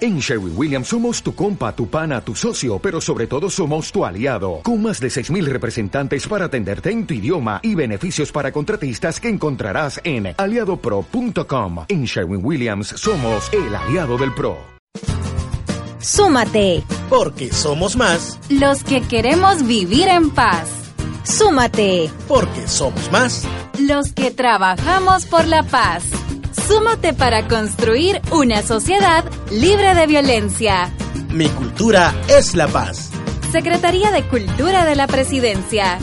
En Sherwin Williams somos tu compa, tu pana, tu socio, pero sobre todo somos tu aliado, con más de 6.000 representantes para atenderte en tu idioma y beneficios para contratistas que encontrarás en aliadopro.com. En Sherwin Williams somos el aliado del PRO. Súmate, Porque somos más, los que queremos vivir en paz. Súmate, porque somos más. los que trabajamos por la paz. Súmate para construir una sociedad libre de violencia. Mi cultura es la paz. Secretaría de Cultura de la Presidencia.